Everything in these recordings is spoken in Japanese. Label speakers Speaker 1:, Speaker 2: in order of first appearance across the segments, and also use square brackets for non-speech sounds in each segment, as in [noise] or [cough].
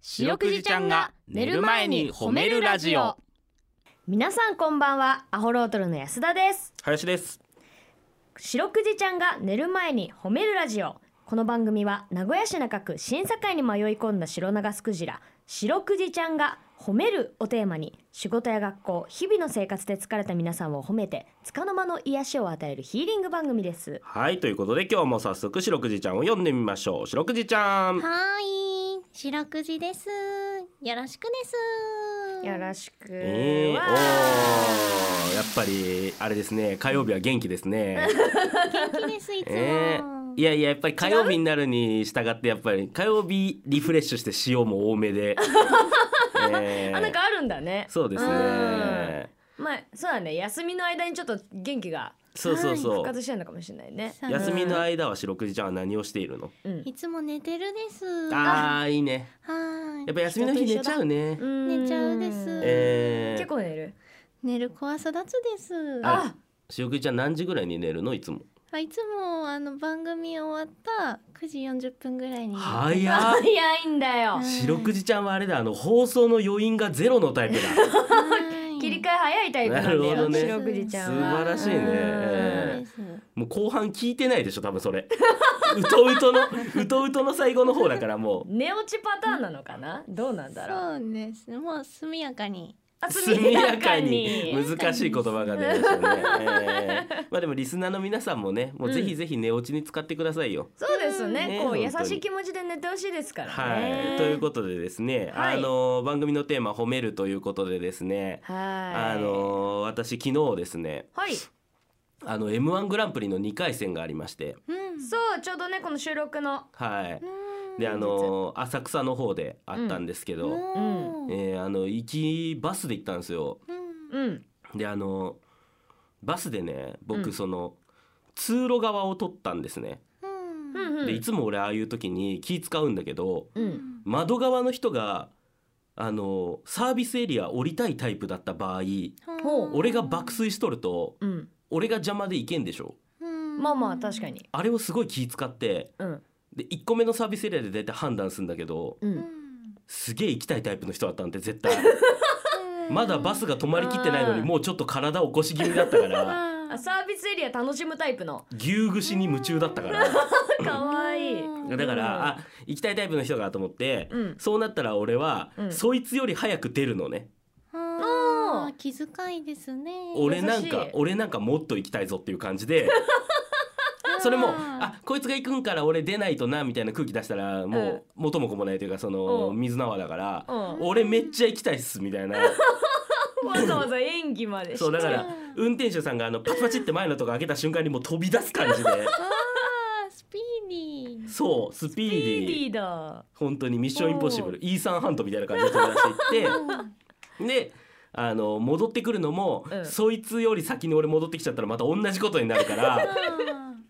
Speaker 1: 白くじちゃんが寝る前に褒めるラジオ
Speaker 2: 皆さんこんばんはアホロートルの安田です
Speaker 1: 林です
Speaker 2: 白くじちゃんが寝る前に褒めるラジオこの番組は名古屋市中区審査会に迷い込んだ白長スクジラ白くじちゃんが褒めるをテーマに仕事や学校日々の生活で疲れた皆さんを褒めて束の間の癒しを与えるヒーリング番組です
Speaker 1: はいということで今日も早速白くじちゃんを読んでみましょう白くじちゃん
Speaker 3: はーい、白くじです。よろしくです。
Speaker 2: よろしく、
Speaker 1: えー、おー
Speaker 2: わ
Speaker 1: やっぱりあれですね火曜日は元気ですね
Speaker 3: 元気ですいつも。
Speaker 1: えー、いやいややっぱり火曜日になるに従ってやっぱり火曜日リフレッシュして塩も多
Speaker 2: [laughs]
Speaker 1: めで、
Speaker 2: ー
Speaker 1: えー
Speaker 2: あなんかあるんだね
Speaker 1: そうですね
Speaker 2: まあそうだね休みの間にちょっと元気が
Speaker 1: そうそうそ
Speaker 2: 復
Speaker 1: う、
Speaker 2: 活してるのかもしれないね
Speaker 3: そう
Speaker 1: 休みの間は白くじちゃんは何をしているの
Speaker 2: うん
Speaker 3: いつも寝てるです。
Speaker 1: あ
Speaker 3: は
Speaker 1: ーいいねや
Speaker 3: ー
Speaker 1: っぱ休みの日寝ちゃうね
Speaker 2: 寝
Speaker 3: ちゃうです
Speaker 1: えー
Speaker 2: 結構寝る。
Speaker 3: い。寝る子は育つです。
Speaker 1: あ
Speaker 3: あ、
Speaker 1: 白くじちゃん何時ぐらいに寝るのいつも
Speaker 3: いつもあの番組終わった9時40分ぐらいに。
Speaker 1: 早
Speaker 2: い
Speaker 1: っ
Speaker 2: 早いんだよ
Speaker 3: うん。
Speaker 1: 白くじちゃんはあれだあの放送の余韻がゼロのタイプ
Speaker 2: [laughs]
Speaker 1: だ
Speaker 3: はい
Speaker 2: 切り替え早いタイプなんだ
Speaker 1: なるほ
Speaker 2: よ。
Speaker 1: どね
Speaker 2: 白くじちゃんは。
Speaker 1: 素晴らしいね
Speaker 2: うん
Speaker 1: え
Speaker 3: そうです
Speaker 1: もう後半聞いてないでしょ多分それうとうとのうとうとの最後の方だからもう
Speaker 2: 寝落ちパターンなのかな。どうなんだろう。
Speaker 3: そうです。もう速やかに。
Speaker 2: あ
Speaker 1: 速やかに
Speaker 2: 速やか
Speaker 1: 難しい言葉が出ましたね、えーまあでもリスナーの皆さんもねもうぜひぜひ寝落ちに使ってくださいよ、
Speaker 2: そうです
Speaker 1: ね
Speaker 2: ね。こう優
Speaker 1: 本当に
Speaker 2: しい気持ちで寝てほしいですから
Speaker 1: は
Speaker 2: ね。
Speaker 1: い、ということでですね、
Speaker 2: はい
Speaker 1: あの番組のテーマ「褒める」ということでですね、
Speaker 2: と。はい。
Speaker 1: あの私昨日ですね
Speaker 2: はい。
Speaker 1: あの m 1グランプリの2回戦がありまして、
Speaker 3: うん。
Speaker 2: そうちょうどねこの収録の
Speaker 1: はい、
Speaker 3: うん。
Speaker 1: であの浅草の方であったんですけど、
Speaker 3: うん。
Speaker 1: えーあの行きバスで行ったんですよ。
Speaker 3: うん
Speaker 2: うん
Speaker 1: であのバスでね
Speaker 2: う
Speaker 1: 僕
Speaker 2: ん
Speaker 1: その、通路側を取ったんですね、
Speaker 3: うん
Speaker 2: うんう
Speaker 1: でい
Speaker 2: ん
Speaker 1: つも俺ああいう時に気使うんだけど、
Speaker 2: う
Speaker 3: うんん。
Speaker 1: 窓側の人があのサービスエリア降りたいタイプだった場合
Speaker 2: ほう
Speaker 1: 俺が爆睡しとると
Speaker 2: うん。
Speaker 1: 俺が邪魔でいけんでしょ
Speaker 3: うん
Speaker 2: まあまあ確か。に。
Speaker 1: あれをすごい気使って
Speaker 2: うん
Speaker 1: で1個目のサービスエリアで大体判断するんだけど
Speaker 2: う。
Speaker 3: うんん
Speaker 1: すげえ行きたいタイプの人だったんで絶対
Speaker 3: うん
Speaker 1: まだバスが止まりきってないのに
Speaker 2: うん
Speaker 1: もうちょっと体起こし気味だった
Speaker 2: [laughs]
Speaker 1: から
Speaker 3: あ
Speaker 2: あサービスエリア楽しむタイプ [laughs] の。
Speaker 1: 牛ぐしに夢中だったから
Speaker 2: 可愛い。
Speaker 1: だからあ行きたいタイプの人がと思って
Speaker 2: うん。
Speaker 1: そうなったら俺は
Speaker 2: うん
Speaker 1: そいつより早く出るのね
Speaker 3: あ
Speaker 2: うん
Speaker 3: ー気遣いですね。
Speaker 1: 俺なんか
Speaker 2: 優しい
Speaker 1: 俺なんかもっと行きたいぞっていう感じで。それもあこいつが行くんから俺出ないとなみたいな空気出したらもう元も子もないというかその
Speaker 2: うん
Speaker 1: 水縄だから
Speaker 2: うん。
Speaker 1: 俺めっちゃ行きたいっすみたいな
Speaker 2: わざわざ演技までして
Speaker 1: そうだから運転手さんがあのパチパチって前のとこ開けた瞬間にもう飛び出す感じで
Speaker 2: [laughs]
Speaker 3: あースピーディー。
Speaker 1: そうスピー
Speaker 2: ピー
Speaker 1: ディ
Speaker 2: デ
Speaker 1: ー
Speaker 2: ィーだ。
Speaker 1: 本当にミッションインポッシブル E サンハントみたいな感じで飛び出してい
Speaker 2: [laughs]
Speaker 1: ってであの戻ってくるのも、
Speaker 2: うん
Speaker 1: そいつより先に俺戻ってきちゃったらまた同じことになる
Speaker 2: [laughs]
Speaker 1: から
Speaker 3: あ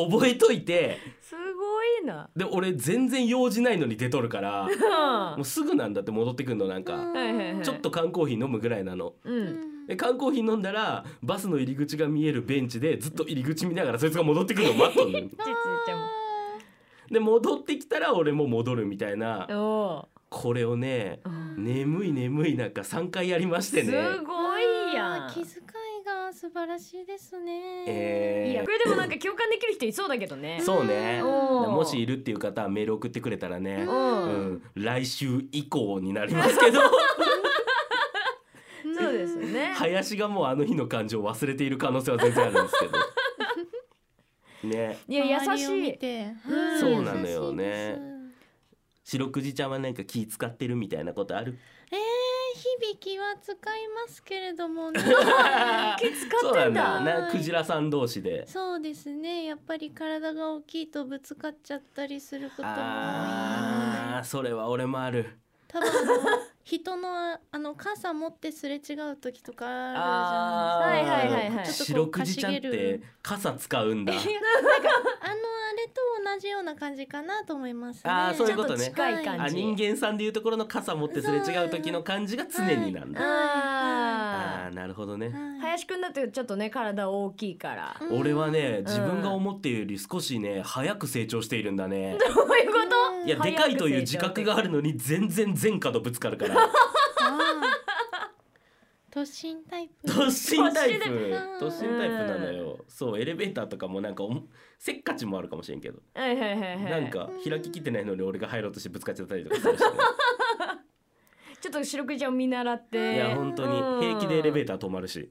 Speaker 1: 覚えといて
Speaker 2: すごいな。
Speaker 1: で俺全然用事ないのに出とるから。もうすぐなんだって戻ってくんのなん
Speaker 3: ー
Speaker 1: か、
Speaker 2: はいはいはい
Speaker 1: ちょっと缶コーヒー飲むぐらいなの。
Speaker 2: う。
Speaker 3: うんん
Speaker 1: で缶コーヒー飲んだらバスの入り口が見えるベンチでずっと入り口見ながらそいつが戻ってくるのを待っと
Speaker 2: [laughs]
Speaker 1: る
Speaker 2: ちつちゃん
Speaker 1: で戻ってきたら俺も戻るみたいな
Speaker 2: も。お
Speaker 1: これをね
Speaker 2: お。
Speaker 1: 眠い眠いなんか3回やりまして
Speaker 2: す
Speaker 1: ね
Speaker 2: ごいや
Speaker 3: あ
Speaker 2: ん
Speaker 3: ー。気遣いが素晴らしいですね。
Speaker 1: えー
Speaker 2: いやこれでもなんか共感できる人いそうだけどね。
Speaker 1: そうね
Speaker 2: おー
Speaker 1: もしいるっていう方はメール送ってくれたらね、
Speaker 2: うん
Speaker 1: うん、来週以降になりますけど
Speaker 2: そうですね。
Speaker 1: [laughs] 林がもうあの日の感情を忘れている可能性は全然あるんです
Speaker 2: [laughs]
Speaker 1: けどね
Speaker 2: いや優し
Speaker 3: 周りを見
Speaker 2: い。
Speaker 3: て
Speaker 2: うん
Speaker 3: はい
Speaker 2: そう
Speaker 1: なのよね
Speaker 3: 優しいです
Speaker 1: 白くじちゃんはなんか気使ってるみたいなことある
Speaker 3: えー、響きは使いますけれど
Speaker 1: [laughs]
Speaker 3: もね
Speaker 2: [laughs] 気使ってん
Speaker 1: そうなん
Speaker 2: [laughs] だ。
Speaker 1: だよなクジラさん同士で
Speaker 3: そうですねやっぱり体が大きいとぶつかっちゃったりすることも多い
Speaker 1: あーそれは俺もある
Speaker 3: 多分あの人のあの傘持ってすれ違う時とかあるじゃな
Speaker 2: あーはいはいは
Speaker 3: いですか
Speaker 2: いはい
Speaker 3: ちょっ
Speaker 1: 白
Speaker 3: とこう
Speaker 1: くじちゃんっ
Speaker 3: かしげ
Speaker 1: て
Speaker 3: る
Speaker 1: 傘使うん
Speaker 2: [laughs]
Speaker 1: だ
Speaker 3: あのあれと同じような感じかなと思いますね
Speaker 1: あーそういうことね
Speaker 3: ちょっ
Speaker 2: 近い感じ
Speaker 1: あ人間さんでいうところの傘持ってすれ違う時の感じが常になんだあ
Speaker 2: あ
Speaker 1: ーなるほどね
Speaker 2: あ。
Speaker 3: はい
Speaker 2: 林くんだってちょっとね体大きいから。
Speaker 3: うん
Speaker 1: 俺はね自分が思っているより少しね早く成長しているんだね
Speaker 2: どういうこ
Speaker 3: う
Speaker 1: いやでかいという自覚があるのに全然全角ぶつかる
Speaker 3: [laughs]
Speaker 1: から
Speaker 3: 突進タイ
Speaker 1: [laughs]
Speaker 3: プ
Speaker 1: 突進タイプ
Speaker 2: 突
Speaker 3: で
Speaker 1: 突進タイプなのよそうエレベーターとかもなんかおもせっかちもあるかもしれんけど
Speaker 2: はいはいはいはい
Speaker 1: なんか開ききってないのに俺が入ろうとしてぶつかっちゃったりとかするしね
Speaker 2: ちょっと白くじちゃんを見習っ
Speaker 1: い
Speaker 3: [laughs]
Speaker 2: て
Speaker 1: や本当に平気でエレベーター止まるし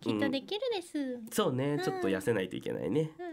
Speaker 3: きっとできるです、
Speaker 1: そうねちょっと痩せないといけないね
Speaker 3: うん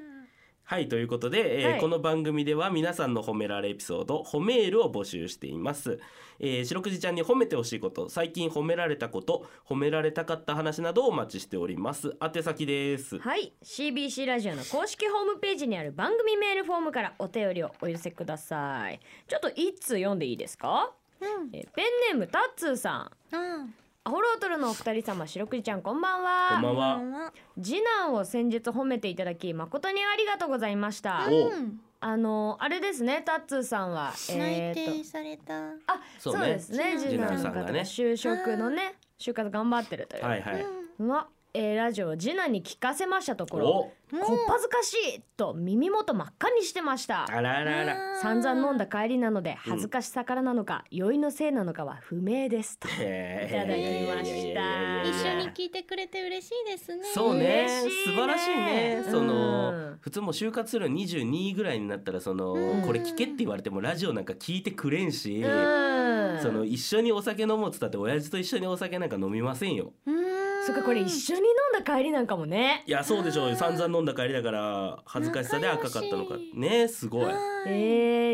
Speaker 1: はいということで、えー
Speaker 2: はい
Speaker 1: この番組では皆さんの褒められエピソード褒めールを募集しています、えー、白くじちゃんに褒めてほしいこと最近褒められたこと褒められたかった話などをお待ちしております宛先です
Speaker 2: はい CBC ラジオの公式ホームページにある番組メールフォームからお便りをお寄せくださいちょっと一通読んでいいですか
Speaker 3: うん
Speaker 2: えーペンネームタッツーさん
Speaker 3: うん
Speaker 2: アホロートルのお二人様白くじちゃんこんばんは
Speaker 1: こんばんは
Speaker 3: こんばんは
Speaker 2: 次男を先日褒めていただき誠にありがとうございました
Speaker 1: お
Speaker 3: うん
Speaker 2: あのあれですねタッツーさんは
Speaker 3: 内
Speaker 2: ー
Speaker 3: 定された、
Speaker 2: あそ,、
Speaker 1: そううね
Speaker 2: ですね次
Speaker 3: 次男
Speaker 2: 男
Speaker 1: さ
Speaker 2: さ
Speaker 1: ん
Speaker 2: ん
Speaker 1: が
Speaker 2: が
Speaker 1: ね
Speaker 2: ね就職のね就活頑張ってるという、
Speaker 1: はいは
Speaker 3: う
Speaker 1: い
Speaker 3: ん
Speaker 2: うわ、えーラジオを次男に聞かせましたところ
Speaker 1: お
Speaker 2: こっぱずかしいと耳元真っ赤にしてました
Speaker 1: あらあらあら
Speaker 2: 散々飲ん
Speaker 3: だ
Speaker 2: だ帰りなので恥ずかしさからなのか、酔いのせいなのかは不明ですと
Speaker 1: えー
Speaker 2: いただきました
Speaker 1: いやいやいやいやい
Speaker 3: 一
Speaker 1: や
Speaker 3: 緒に聞いてくれて嬉しいですね
Speaker 1: そうね
Speaker 2: 嬉しいね
Speaker 1: 素晴らしいねその、
Speaker 2: うん
Speaker 1: 普通もう就活するの22ぐらいになったらその、
Speaker 3: うん
Speaker 1: これ聞けって言われてもラジオなんか聞いてくれんし、
Speaker 2: うん
Speaker 1: その一緒にお酒飲もうっつったって親父と一緒にお酒なんか飲みませんよ
Speaker 3: うん
Speaker 2: そっかこれ一緒に飲んだ帰りなんかもね
Speaker 1: いやそうでしょう散々飲んだ帰りだから恥ずかしさで赤かったのか
Speaker 3: 仲良し
Speaker 1: ねすごい
Speaker 3: はい
Speaker 2: え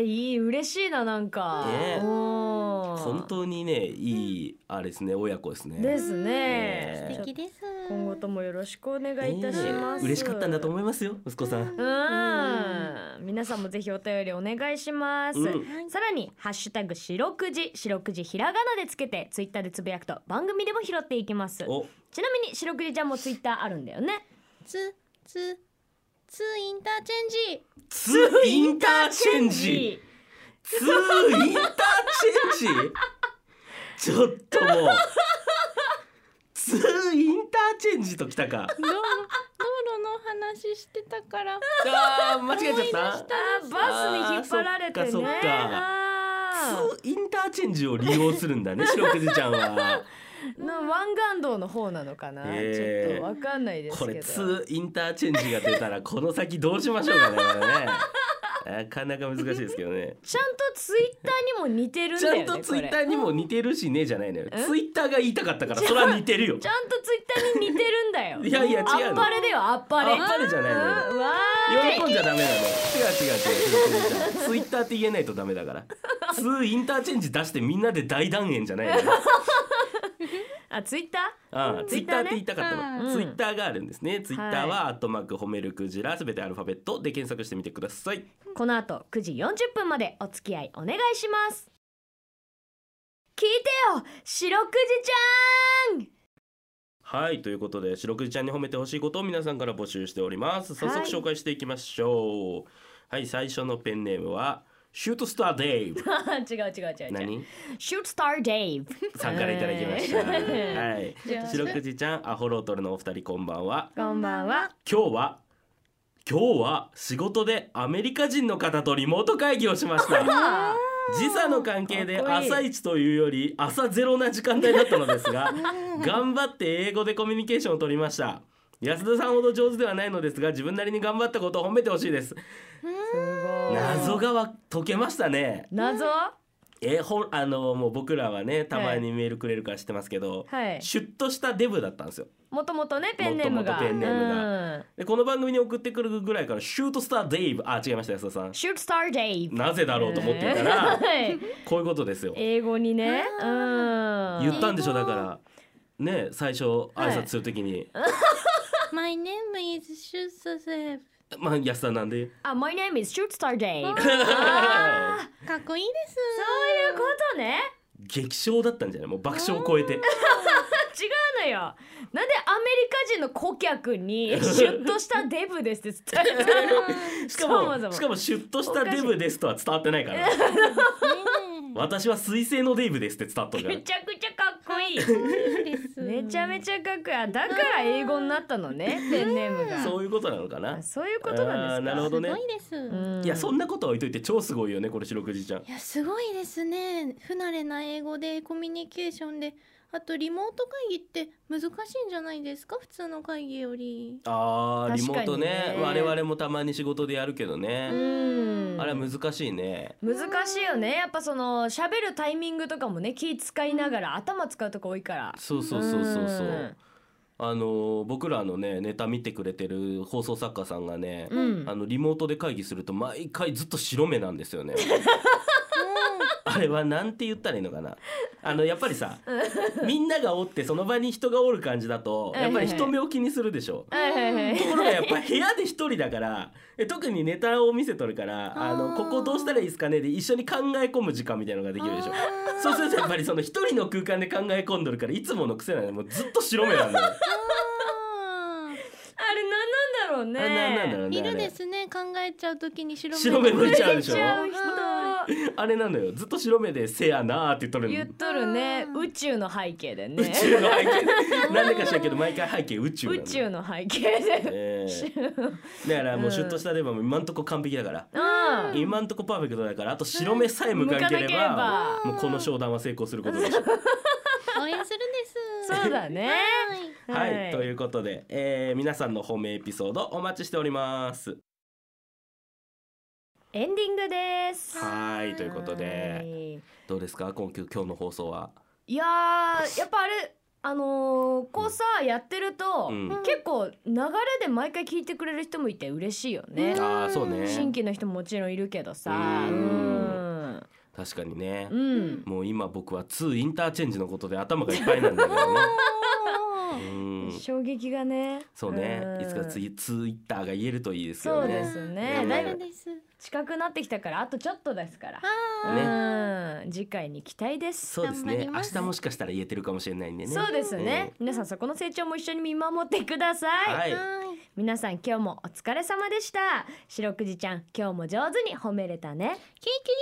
Speaker 2: ー、いい嬉しいななんか、
Speaker 1: ね
Speaker 2: うん
Speaker 1: 本当にねいいあれですね親子ですね
Speaker 2: です
Speaker 1: ね
Speaker 2: ね
Speaker 3: 素敵です
Speaker 2: 今後ともよろしくお願いいたします、
Speaker 1: ね嬉しかったんだと思いますよ息子さん、
Speaker 2: うん皆さんもぜひお便りお願いします、
Speaker 1: うん
Speaker 3: はい
Speaker 2: さらに「ハッシュタグ四六時」四六時ひらがなでつけてツイッターでつぶやくと番組でも拾っていきます
Speaker 1: お
Speaker 2: ちなみに四六時ちゃんもツイッターあるんだよね
Speaker 3: つつつインターチェンジ
Speaker 1: ツインターチェンジツーインターチ [laughs] ェンジちょっともうツーインターチェンジときたか
Speaker 3: 道路道路の話してたか
Speaker 1: [laughs]
Speaker 3: ら
Speaker 1: あー間違えちゃっ
Speaker 2: あーバスに引っ張られて
Speaker 1: あーそっ
Speaker 2: ね
Speaker 1: かそっ
Speaker 2: あ
Speaker 1: たツーインターチェンジを利用するん
Speaker 2: [laughs]
Speaker 1: だね白くじちゃんは
Speaker 2: ーの湾岸道の方なのかな、ち
Speaker 1: えー
Speaker 2: ょっとわかんないですけ
Speaker 1: こ
Speaker 2: ど
Speaker 1: れツーインターチェンジが出たらこの先どうしましょうかねこれねなかなか難しいですけ
Speaker 2: [laughs]
Speaker 1: どね
Speaker 2: ちゃんとツイッターにも似てるん
Speaker 1: ち
Speaker 2: だ
Speaker 1: ゃ
Speaker 2: よね
Speaker 1: んとツイッタ
Speaker 2: これ
Speaker 1: ーにも似てるしねじゃないのよ
Speaker 2: え
Speaker 1: ツイッターが言いたかったからそれは似て
Speaker 2: [laughs]
Speaker 1: るよ
Speaker 2: ちゃんとツイッターに似てるんだよ
Speaker 1: [laughs] いやいや違うの
Speaker 2: あっぱれだよあっぱれ
Speaker 1: あっぱれじゃないのよ
Speaker 2: うんわーい
Speaker 1: 喜んじゃダメなの違う違う違う違う違うツイッターって言えないとダメだからツーインターチェンジ出してみんなで大団円じゃないのよ
Speaker 2: あツイッタ
Speaker 1: ああツイッターって言いたかっ
Speaker 3: う
Speaker 1: た
Speaker 2: ん
Speaker 1: のツイッターがあるんですねツイッター
Speaker 2: は
Speaker 1: は「アットマーク褒めるクジラ」すべてアルファベットで検索してみてください
Speaker 2: ーこの後9時40分までお付き合いお願いします聞いてよ白くじちゃん
Speaker 1: はいということで白くじちゃんに褒めてほしいことを皆さんから募集しております早速
Speaker 2: はい
Speaker 1: 紹介していきましょうはい、最初のペンネームはシュートスターデイブ
Speaker 2: [laughs] 違う違う違う違う
Speaker 1: 何
Speaker 2: シュートスターデイブ
Speaker 1: さんからいただきました、
Speaker 2: えー
Speaker 1: はい
Speaker 3: じゃあ
Speaker 1: 白くじちゃんアホロートルのお二人こんばんは
Speaker 2: こんばんは
Speaker 1: 今日は今日は仕事でアメリカ人の方とリモート会議をしました
Speaker 2: あ
Speaker 1: 時差の関係で
Speaker 2: かっこいい
Speaker 1: 朝一というより朝ゼロな時間帯だったのですが頑張って英語でコミュニケーションを取りました安田さんほど上手ではないのですが自分なりに頑張ったことを褒めてほしいです謎がわ解けましたね
Speaker 2: 謎
Speaker 1: えほんあのもう僕らはねたまにメールくれるから知ってますけど、
Speaker 2: はい
Speaker 1: シュッとしたデブだったんですよ
Speaker 2: もともとねペンネームが
Speaker 1: 元々ペンネームが
Speaker 2: うん
Speaker 1: でこの番組に送ってくるぐらいからシュートスターデイブあ違いました安田さん
Speaker 2: シュートスターデイブ
Speaker 1: なぜだろうと思っていた
Speaker 2: え
Speaker 1: ら
Speaker 2: ーはい
Speaker 1: こういうことですよ
Speaker 2: 英語にねうん
Speaker 1: 言ったんでしょだからね最初挨拶するときに、
Speaker 3: My name is シュスセ
Speaker 1: まあ安田なんで
Speaker 2: あ、My name is Shootstar
Speaker 1: [laughs]
Speaker 2: Dave。そういうこ
Speaker 1: あ
Speaker 3: ブかっこいいです
Speaker 2: とね。
Speaker 1: 激笑だったんじゃないもう爆笑を超えて
Speaker 2: 違うのよ。なんでアメリカ人の顧客にシュッとしたデブですって伝えたの
Speaker 1: しか
Speaker 2: そもそ
Speaker 1: も
Speaker 2: も
Speaker 1: しかもシュッとしたデブですとは伝わってないから
Speaker 3: ね
Speaker 1: 私は水星のデイブですって伝わったから
Speaker 2: めちゃくちゃかっこいいい
Speaker 3: いいで
Speaker 2: [laughs]
Speaker 3: す
Speaker 2: めちゃめちゃかっこいいあだから英語になったのねペンネームが
Speaker 1: そういうことなのかな
Speaker 2: あそういうことな
Speaker 1: あー
Speaker 2: んですか
Speaker 1: なるほどね
Speaker 3: すごいです、
Speaker 1: いやそん
Speaker 2: な
Speaker 1: なことは置いといて超すごいよねこれ白くじちゃん
Speaker 3: いやすごいですね不慣れな英語でコミュニケーションであとリモート会議って難しいんじゃないですか普通の会議より
Speaker 1: あーリ
Speaker 2: 確
Speaker 1: モ
Speaker 2: かにね
Speaker 1: ートね我々もたまに仕事でやるけど
Speaker 2: う
Speaker 1: ね、
Speaker 2: ん
Speaker 1: あれは難しいね
Speaker 2: 難しいよねやっぱその喋るタイミングとかもね気使いながら頭使うとこ多いから
Speaker 1: そうそうそうそうそ
Speaker 2: ん
Speaker 1: うあの僕らのねネタ見てくれてる放送作家さんがね、
Speaker 2: うん
Speaker 1: あのリモートで会議すると毎回ずっと白目なんです
Speaker 2: [laughs]
Speaker 1: よねあれはなんて言ったらいいのかなあのやっぱりさみんながおってその場に人がおる感じだとやっぱり人目を気にするでしょ
Speaker 2: はいはいはい
Speaker 1: ところがやっぱ部屋で一人だからえ特にネタを見せとるからあの
Speaker 3: あー
Speaker 1: ここどうしたらいいですかねで一緒に考え込む時間みたいなのができるでしょ
Speaker 3: あー
Speaker 1: そうするとやっぱりその一人の空間で考え込んどるからいつもの癖なのもうずっと白目な
Speaker 2: [laughs]
Speaker 1: んだよ [laughs]
Speaker 3: あ
Speaker 2: あれ何なんだろう
Speaker 1: あれなんなんだ
Speaker 2: ね
Speaker 1: ろう
Speaker 3: ー
Speaker 1: ね
Speaker 3: い
Speaker 1: あ
Speaker 3: る
Speaker 1: れ
Speaker 3: ですね考えちゃうときに白目
Speaker 1: 白目向いちゃうでしょ
Speaker 2: ちゃう人
Speaker 1: あれなのよずっと白目で「せやな」って言っとるの
Speaker 2: 言っとるね
Speaker 3: うん
Speaker 2: 宇宙の背景でね
Speaker 1: 宇宙の
Speaker 2: [laughs]
Speaker 1: 背景なんでか知らんけど毎回背景宇宙なの
Speaker 2: 宇宙の背景で
Speaker 1: ええだからもうシュッとしたレバーも今んとこ完璧だから、
Speaker 2: うん
Speaker 1: 今んとこパーフェクトだからあと白目さえ向かなけれ
Speaker 2: 向かなけれ
Speaker 1: ば
Speaker 2: ば
Speaker 1: もうこの商談は成功することでしょう。
Speaker 3: 応援するです
Speaker 2: そうだね
Speaker 3: はい
Speaker 1: [laughs] はい、ということで、えー皆さんの褒めエピソードお待ちしております。
Speaker 2: エンディングです
Speaker 1: はいということで
Speaker 2: はい
Speaker 1: どうですか今日今日の放送は。
Speaker 2: いやーやっぱあれあのーこうさやってると、
Speaker 1: うん
Speaker 2: 結構流れで毎回聞いてくれる人もいて嬉しいよね、
Speaker 1: ああそうね
Speaker 2: 新規の人ももちろんいるけどさ
Speaker 1: う
Speaker 2: うんん
Speaker 1: 確かにね
Speaker 2: う。ん、
Speaker 1: もう今僕は2インターチェンジのことで頭がいっぱいなんだけどね。
Speaker 2: [laughs]
Speaker 1: うーん
Speaker 2: 衝撃がね
Speaker 1: そうね、
Speaker 2: ん
Speaker 1: いつか次ツイッターが言えるといいですけ
Speaker 2: そ
Speaker 1: ど
Speaker 2: うで
Speaker 1: ね。
Speaker 2: すね
Speaker 1: うん
Speaker 2: だい
Speaker 3: そう
Speaker 2: ぶ
Speaker 3: です
Speaker 2: 近くなってきたからあとちょっとですから
Speaker 3: あ
Speaker 2: うん次回に期待です
Speaker 1: そうですね。
Speaker 3: 頑張り
Speaker 1: 明
Speaker 3: ます
Speaker 1: 日もしかしたら言えてるかもしれないんでね。
Speaker 2: そうですね、皆さんそこの成長も一緒に見守ってください、
Speaker 1: は
Speaker 3: ー
Speaker 1: い。
Speaker 3: はい
Speaker 2: 皆さん今日もお疲れ様でした白くじちゃん今日も上手に褒めれたね
Speaker 3: キリキリ